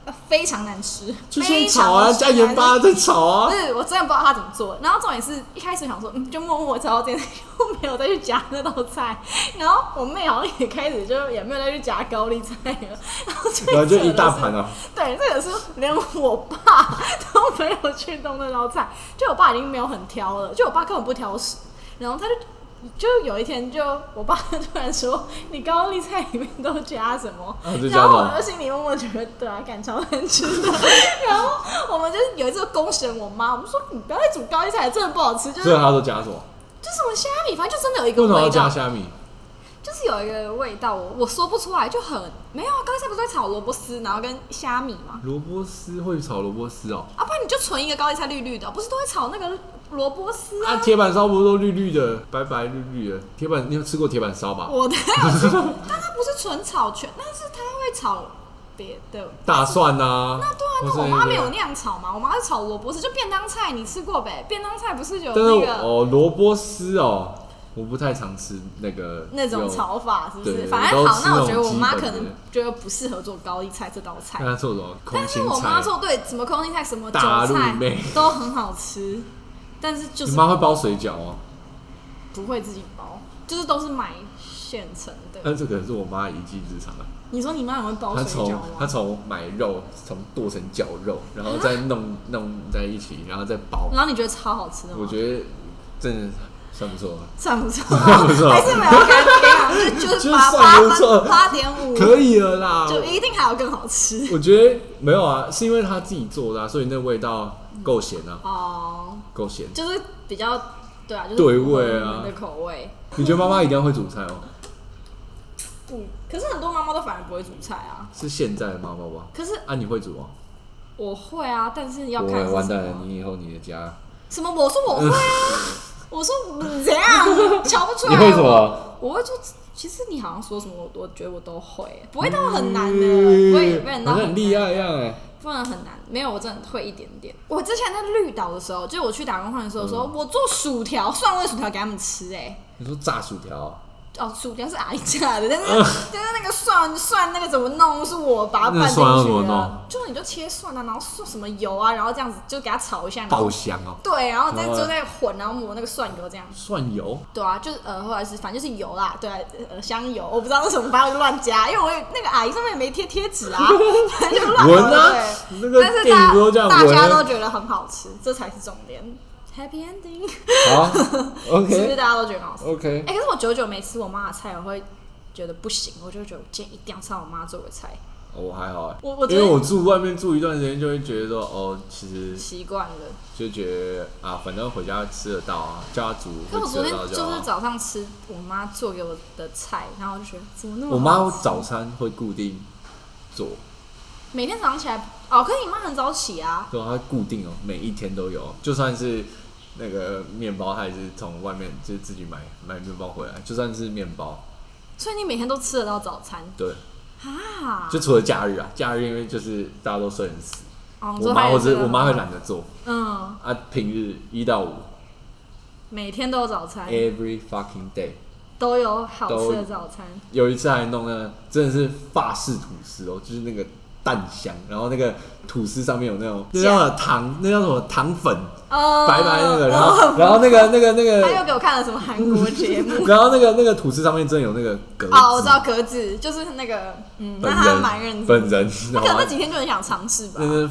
Speaker 1: 呃非常难吃，
Speaker 2: 就
Speaker 1: 非
Speaker 2: 先
Speaker 1: 常
Speaker 2: 炒啊，
Speaker 1: 难吃
Speaker 2: 加盐巴再
Speaker 1: 不
Speaker 2: 炒啊。
Speaker 1: 是，我真的不知道他怎么做。然后重点是一开始想说，嗯，就默默炒到这样， <laughs> 又没有再去夹那道菜。然后我妹好像也开始就也没有再去夹高丽菜了。然后最
Speaker 2: 然后就
Speaker 1: 扯的
Speaker 2: 一大
Speaker 1: 是
Speaker 2: 盘啊，
Speaker 1: 对，这个是连我爸都没有去弄那道菜，就我爸已经没有很挑了，就我爸根本不挑食，然后他就。就有一天就，我爸 <laughs> 突然说：“你高丽菜里面都加什么？”
Speaker 2: 啊就加
Speaker 1: 然后
Speaker 2: 什
Speaker 1: 我
Speaker 2: 么
Speaker 1: 就心里默默觉得，对啊，感超难吃的。 <laughs> 然后我们就是有一次公审我妈，我们说：“你不要再煮高丽菜了，真的不好吃。”就是
Speaker 2: 所以他都加什么？
Speaker 1: 就什么虾米，反正就真的有一个
Speaker 2: 为什么要
Speaker 1: 味
Speaker 2: 加
Speaker 1: 道，
Speaker 2: 虾米？
Speaker 1: 就是有一个味道，我我说不出来，就很没有啊。高丽菜不是在炒萝卜丝，然后跟虾米吗？
Speaker 2: 萝卜丝会炒萝卜丝哦。
Speaker 1: 啊，不然你就存一个高丽菜绿绿的，不是都会炒那个萝卜丝
Speaker 2: <laughs>
Speaker 1: 啊？
Speaker 2: 啊，铁板烧不是都绿绿的、白白绿绿的？铁板，你有吃过铁板烧吧？
Speaker 1: 我的，但它不是纯炒全，但是它会炒别的。
Speaker 2: 大蒜啊。
Speaker 1: 那对啊，
Speaker 2: 或
Speaker 1: 那
Speaker 2: 是
Speaker 1: 我妈
Speaker 2: 个
Speaker 1: 没有那样炒嘛，我妈是炒萝卜丝，就便当菜，你吃过呗？便当菜不是有
Speaker 2: 但是
Speaker 1: 那个
Speaker 2: 哦，萝卜丝哦，我不太常吃那个
Speaker 1: 那种
Speaker 2: 用。
Speaker 1: 炒法，是不
Speaker 2: 对
Speaker 1: 是？
Speaker 2: 对
Speaker 1: 反正
Speaker 2: 我都
Speaker 1: 好
Speaker 2: 吃，
Speaker 1: 那我觉
Speaker 2: 那
Speaker 1: 得
Speaker 2: 种
Speaker 1: 我妈
Speaker 2: 基
Speaker 1: 可
Speaker 2: 本的
Speaker 1: 能觉得不适合做高丽菜这道菜
Speaker 2: 那，他做什么？空
Speaker 1: 但是
Speaker 2: 心
Speaker 1: 我妈
Speaker 2: 菜。
Speaker 1: 做对怎么空心菜什么韭
Speaker 2: 大陆
Speaker 1: 菜
Speaker 2: 妹
Speaker 1: 都很好吃，但是就
Speaker 2: 你
Speaker 1: 是
Speaker 2: 妈会包水饺哦？
Speaker 1: 不会自己包，就是都是买现成的。
Speaker 2: 那这可能是我妈一技之长啊。
Speaker 1: 你说你妈有没有包
Speaker 2: 她
Speaker 1: 水饺啊
Speaker 2: 从她
Speaker 1: 吗？
Speaker 2: 从买肉，从剁成绞肉，然后再
Speaker 1: 啊
Speaker 2: 弄弄在一起，然后再包。
Speaker 1: 然后你觉得超好吃的吗？
Speaker 2: 我觉得真的算不错了。啊
Speaker 1: 算不错，
Speaker 2: <laughs> 算不错
Speaker 1: 还是没有跟跟你讲，就
Speaker 2: 就是是
Speaker 1: 八八
Speaker 2: 算不错
Speaker 1: 分八点五，
Speaker 2: 可以了啦。
Speaker 1: 嗯就一定还有更好吃
Speaker 2: 我觉得没有啊，是因为她自己做的、啊，所以那味道够咸啊，
Speaker 1: 哦，
Speaker 2: 够咸。
Speaker 1: 就是比较对啊，就是
Speaker 2: 对味啊
Speaker 1: 符合你们的口味
Speaker 2: 你觉得妈妈一定要会煮菜哦？
Speaker 1: 不，嗯可是很多妈妈都反而不会煮菜啊。
Speaker 2: 是现在的妈妈吧？
Speaker 1: 可是
Speaker 2: 啊，你会煮哦？
Speaker 1: 我会啊，但是要
Speaker 2: 不
Speaker 1: 看
Speaker 2: 会，
Speaker 1: 是
Speaker 2: 完
Speaker 1: 什
Speaker 2: 蛋了！
Speaker 1: 么
Speaker 2: 你以后你的家，
Speaker 1: 什么？我说我会
Speaker 2: <laughs>
Speaker 1: 啊，我说你怎样？瞧不出来？
Speaker 2: 你会哦什么？
Speaker 1: 我会做，其实你好像说什么，我我觉得我都会，不会到很难的，不会不会到
Speaker 2: 嗯
Speaker 1: 很
Speaker 2: 好像很
Speaker 1: 难
Speaker 2: 厉害一样哎、
Speaker 1: 不然很难。没有，我真的会一点点。我之前在绿岛的时候，就是我去打工换宿的时候，
Speaker 2: 嗯
Speaker 1: 我做薯条，蒜味薯条给他们吃、欸，
Speaker 2: 你说炸薯条哦、
Speaker 1: 哦，薯条是阿姨炸的，但是
Speaker 2: 呃
Speaker 1: 但是那个蒜蒜那个怎么弄，是我把它拌
Speaker 2: 那
Speaker 1: 进去
Speaker 2: 蒜要怎么
Speaker 1: 的
Speaker 2: 弄，
Speaker 1: 就是你就切蒜啊，然后蒜什么油啊，然后这样子就给它炒一下，然后
Speaker 2: 爆香哦、
Speaker 1: 对，然后再
Speaker 2: 然后呢
Speaker 1: 就再混，然后抹那个蒜油这样。
Speaker 2: 蒜油，
Speaker 1: 对啊，就是呃，或者是反正就是油啦，对啊、呃，香油，我不知道是什么，反正我就乱加，因为我也那个阿姨上面也没贴贴纸
Speaker 2: <laughs>
Speaker 1: 啊，反正就乱
Speaker 2: 闻
Speaker 1: 搞
Speaker 2: 啊
Speaker 1: 对
Speaker 2: 那个
Speaker 1: 但是
Speaker 2: 电影
Speaker 1: 大
Speaker 2: 不都这样啊
Speaker 1: 大家
Speaker 2: 闻
Speaker 1: 都觉得很好吃，这才是重点，Happy Ending， <laughs>
Speaker 2: 好
Speaker 1: 是不是
Speaker 2: ，OK
Speaker 1: 大家都觉得很好吃？
Speaker 2: OK，
Speaker 1: 哎、可是我久久没吃我妈的菜，我会觉得不行，我就觉得我今天一定要吃到我妈做的菜，
Speaker 2: 我、还好哎、
Speaker 1: 我我
Speaker 2: 因
Speaker 1: 真
Speaker 2: 为我
Speaker 1: 的
Speaker 2: 住外面住一段时间，就会觉得说，哦，其实
Speaker 1: 习惯了。
Speaker 2: 就觉得啊，反正回家吃得到啊，叫他煮
Speaker 1: 可
Speaker 2: 会
Speaker 1: 我
Speaker 2: 吃
Speaker 1: 昨
Speaker 2: 得
Speaker 1: 天
Speaker 2: 到
Speaker 1: 就是
Speaker 2: 好。啊
Speaker 1: 早上吃我妈做给我的菜，然后我就觉得怎么那么
Speaker 2: 我妈
Speaker 1: 好吃
Speaker 2: 早餐会固定做，
Speaker 1: 每天早上起来哦，可是你妈很早起啊。
Speaker 2: 对，它固定哦，每一天都有，就算是那个面包，她也是从外面就是自己买买面包回来，就算是面包，
Speaker 1: 所以你每天都吃得到早餐
Speaker 2: 对，
Speaker 1: 啊？
Speaker 2: 就除了假日啊，假日因为就是大家都睡很死，
Speaker 1: 哦
Speaker 2: 我妈或者我妈
Speaker 1: 你说她
Speaker 2: 会，
Speaker 1: 也
Speaker 2: 懒得做
Speaker 1: 吃得到嗯，
Speaker 2: 啊。平日一到五
Speaker 1: 每天都有早餐，
Speaker 2: ，every fucking day，
Speaker 1: 都有好吃的
Speaker 2: 都
Speaker 1: 早餐。
Speaker 2: 有一次还弄那个真的是法式吐司哦，就是那个蛋香，然后那个吐司上面有那种那叫什么糖，那叫什么糖粉，
Speaker 1: 哦，
Speaker 2: 白白那个，
Speaker 1: <laughs>
Speaker 2: 然
Speaker 1: 哦
Speaker 2: 后然后那个那个那
Speaker 1: 他又
Speaker 2: 个，
Speaker 1: 给我看了什么韩国节
Speaker 2: <laughs>
Speaker 1: 目？
Speaker 2: 然后那个那个吐司上面真的有那个格子，
Speaker 1: 哦，我知道格子就是那个，嗯，那
Speaker 2: 本
Speaker 1: 他
Speaker 2: 人
Speaker 1: 蛮认真。
Speaker 2: 本人，
Speaker 1: 他
Speaker 2: 然
Speaker 1: 可能
Speaker 2: 后
Speaker 1: 那几天就很想尝试吧
Speaker 2: 那。是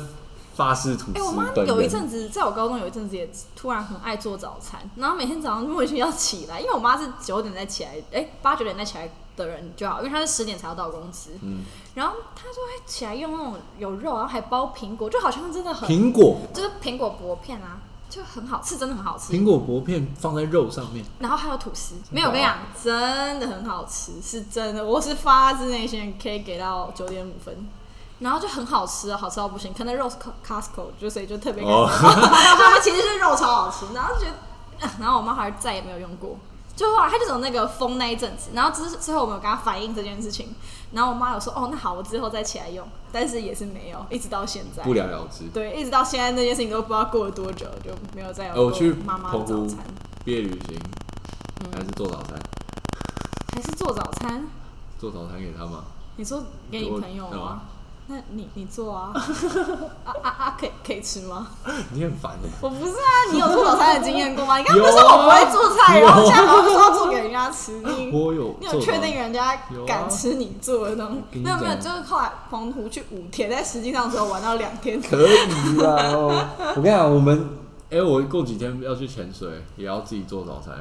Speaker 2: 法式吐
Speaker 1: 哎、我
Speaker 2: 司
Speaker 1: 妈
Speaker 2: 本人。
Speaker 1: 有一阵子，在我高中有一阵子也突然很爱做早餐，然后每天早上莫名其妙起来，因为我妈是九点再起来，哎、八九点再起来的人就好，因为她是十点才要到公司，
Speaker 2: 嗯
Speaker 1: 然后她就会起来用那种有肉，然后还包苹果，就好像真的很
Speaker 2: 苹果
Speaker 1: 就是苹果薄片啊，就很好吃，真的很好吃
Speaker 2: 苹。果薄片放在肉上面，
Speaker 1: 然后还有吐司，
Speaker 2: 啊
Speaker 1: 没有我跟你讲，真的很好吃，是真的，我是发自内心可以给到九点五分。然后就很好吃啊，好吃到不行。可能肉是 Costco 就 <laughs> 所以就特别感
Speaker 2: 哦
Speaker 1: 觉到，他们其实是肉超好吃。然后就觉得， <laughs> 然后我妈好像再也没有用过。就后来她就走那个风那一阵子，然后之之后我们有跟她反映这件事情，然后我妈有说哦那好，我之后再起来用，但是也是没有，一直到现在
Speaker 2: 不了了之。
Speaker 1: 对，一直到现在那件事情都不知道过了多久，就没有再有
Speaker 2: 呃我
Speaker 1: 过
Speaker 2: 去
Speaker 1: 妈妈的
Speaker 2: 澎
Speaker 1: 早
Speaker 2: 湖
Speaker 1: 餐，
Speaker 2: 毕业旅行
Speaker 1: 嗯
Speaker 2: 还是做早餐，
Speaker 1: 还是做早餐。
Speaker 2: 做早餐给他嘛。
Speaker 1: 你说给你
Speaker 2: 给我啊
Speaker 1: 朋友
Speaker 2: 干嘛
Speaker 1: 吗？那你你做
Speaker 2: <laughs>
Speaker 1: 啊，啊啊啊，可以可以吃吗？
Speaker 2: 你很烦的。
Speaker 1: 我不是啊，你有做早餐的经验过
Speaker 2: <laughs>
Speaker 1: 吗？你刚刚不是
Speaker 2: 有
Speaker 1: 说
Speaker 2: 啊
Speaker 1: 我不会做菜，然后
Speaker 2: 有啊
Speaker 1: 现在好像说要做给人家吃，你
Speaker 2: 我有
Speaker 1: 你有
Speaker 2: 做
Speaker 1: 确
Speaker 2: 到
Speaker 1: 定人家
Speaker 2: 有啊
Speaker 1: 敢吃你做的东西？
Speaker 2: 啊跟你
Speaker 1: 没有没有，
Speaker 2: 讲
Speaker 1: 就是后来澎湖去五天，但实际上只有玩到两
Speaker 2: <laughs>
Speaker 1: 天。
Speaker 2: 可以啦、哦。 <laughs> 我跟你讲，我们哎、我过几天要去潜水，也要自己做早餐，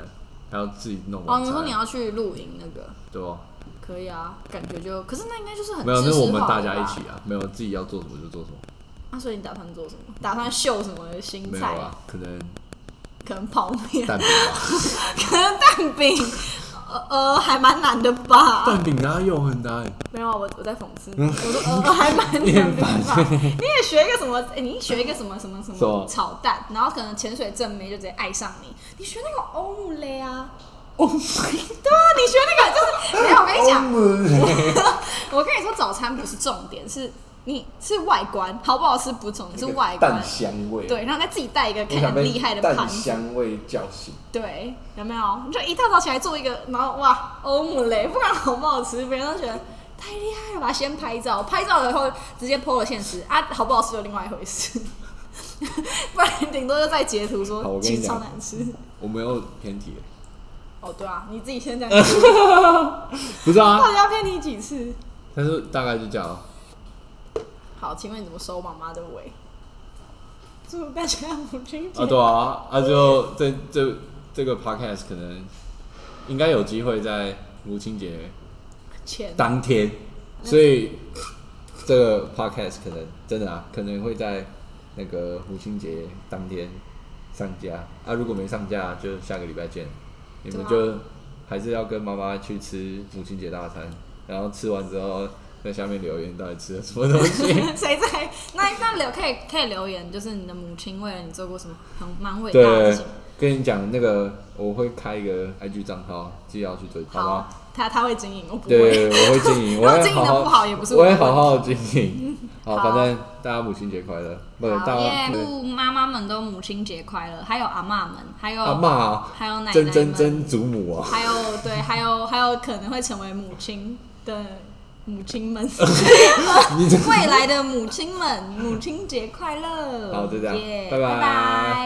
Speaker 2: 还要自己弄
Speaker 1: 哦，
Speaker 2: 晚
Speaker 1: 你
Speaker 2: 餐，
Speaker 1: 说你要去露营那个，
Speaker 2: 对吧？
Speaker 1: 可以啊，感觉就，可是那应该就是很
Speaker 2: 没有，那
Speaker 1: 知识
Speaker 2: 我们
Speaker 1: 化
Speaker 2: 大
Speaker 1: 的
Speaker 2: 家
Speaker 1: 吧
Speaker 2: 一起啊，没有自己要做什么就做什么，
Speaker 1: 啊，所以你打算做什么？打算秀什么新
Speaker 2: 没有
Speaker 1: 菜？
Speaker 2: 啊，可能
Speaker 1: 可能泡面，
Speaker 2: 蛋饼 <laughs> 吧，
Speaker 1: 可能 <laughs> 蛋饼，呃呃，还蛮难的吧？
Speaker 2: 蛋饼哪有很难？
Speaker 1: 没有啊，我我在讽刺
Speaker 4: 嗯
Speaker 1: 你，我说呃呃，还
Speaker 4: <laughs>
Speaker 1: 蛮难的吧？你也学一个什么？哎，你学一个什么什么什
Speaker 2: 什
Speaker 1: 么
Speaker 2: 么
Speaker 1: 炒蛋，然后可能潜水正妹就直接爱上你。你学那个欧姆雷
Speaker 4: <laughs>
Speaker 1: 啊？欧姆雷？对啊，你学那个就是没有。我跟你讲，
Speaker 4: 哦
Speaker 1: <laughs> 我跟你说，早餐不是重点，是你是外观好不好吃不重点，是外观
Speaker 4: 蛋。香味，
Speaker 1: 对，然后再自己带一个
Speaker 4: 我
Speaker 1: 看起来
Speaker 4: 想
Speaker 1: 很
Speaker 4: 被
Speaker 1: 厉害的盘
Speaker 4: 蛋
Speaker 1: 子，
Speaker 4: 香味叫醒。
Speaker 1: 对，有没有？你就一大早起来做一个，然后哇，欧姆雷，不管好不好吃，别人都觉得太厉害了吧。先拍照，拍照了以后直接 PO 了现实啊，好不好吃有另外一回
Speaker 2: <laughs>
Speaker 1: 事。不然顶多就再截图
Speaker 2: 好
Speaker 1: 说
Speaker 2: 我跟你
Speaker 1: 其实超
Speaker 2: 讲
Speaker 1: 难吃。 <laughs>
Speaker 2: 我没有偏题，
Speaker 1: 哦，对啊，你自己先讲，
Speaker 2: 不是啊
Speaker 1: 到，底要骗你几次？
Speaker 2: 但是大概就这样啊。
Speaker 1: 好，请问你怎么收妈妈的尾？祝大家母亲节
Speaker 2: 啊，对啊，啊就这这这个 podcast 可能应该有机会在母亲节
Speaker 1: 前
Speaker 2: 当天，所以这个 podcast 可能真的啊，可能会在那个母亲节当天上架啊。如果没上架，就下个礼拜见。你们
Speaker 1: 对
Speaker 2: 就还是要跟妈妈去吃母亲节大餐，然后吃完之后在下面留言到底吃了什么东西。
Speaker 1: <laughs> 谁在？那那留可以可以留言，就是你的母亲为了你做过什么很蛮伟大的
Speaker 2: 对
Speaker 1: 事情。，
Speaker 2: 跟你讲那个，我会开一个 IG 账号，自己要去追，好吗？
Speaker 1: 他他会经营，我不
Speaker 2: 对，
Speaker 1: 会。
Speaker 2: 我会经营，
Speaker 1: <laughs> 如
Speaker 2: 我
Speaker 1: 果
Speaker 2: 会
Speaker 1: 经营
Speaker 2: 好
Speaker 1: 的
Speaker 2: 好，
Speaker 1: 不好也不是
Speaker 2: 我
Speaker 1: 我
Speaker 2: 会
Speaker 1: 的
Speaker 2: 好好经
Speaker 1: <laughs>
Speaker 2: 营。好，
Speaker 1: 好
Speaker 2: 反正大家母亲节快乐，不是大
Speaker 1: 好耶！
Speaker 2: 家对
Speaker 1: 祝妈妈们都母亲节快乐，还有阿嬷们，还有
Speaker 2: 阿嬷啊，
Speaker 1: 还有奶奶
Speaker 2: 真
Speaker 1: 们，
Speaker 2: 真真祖母啊，
Speaker 1: 还有对，还有还有可能会成为母亲的母亲们，
Speaker 2: <laughs> 你这
Speaker 1: <laughs> 未来的母亲们，母亲节快乐！
Speaker 2: 好就这样
Speaker 1: 耶
Speaker 2: 拜拜
Speaker 1: 拜拜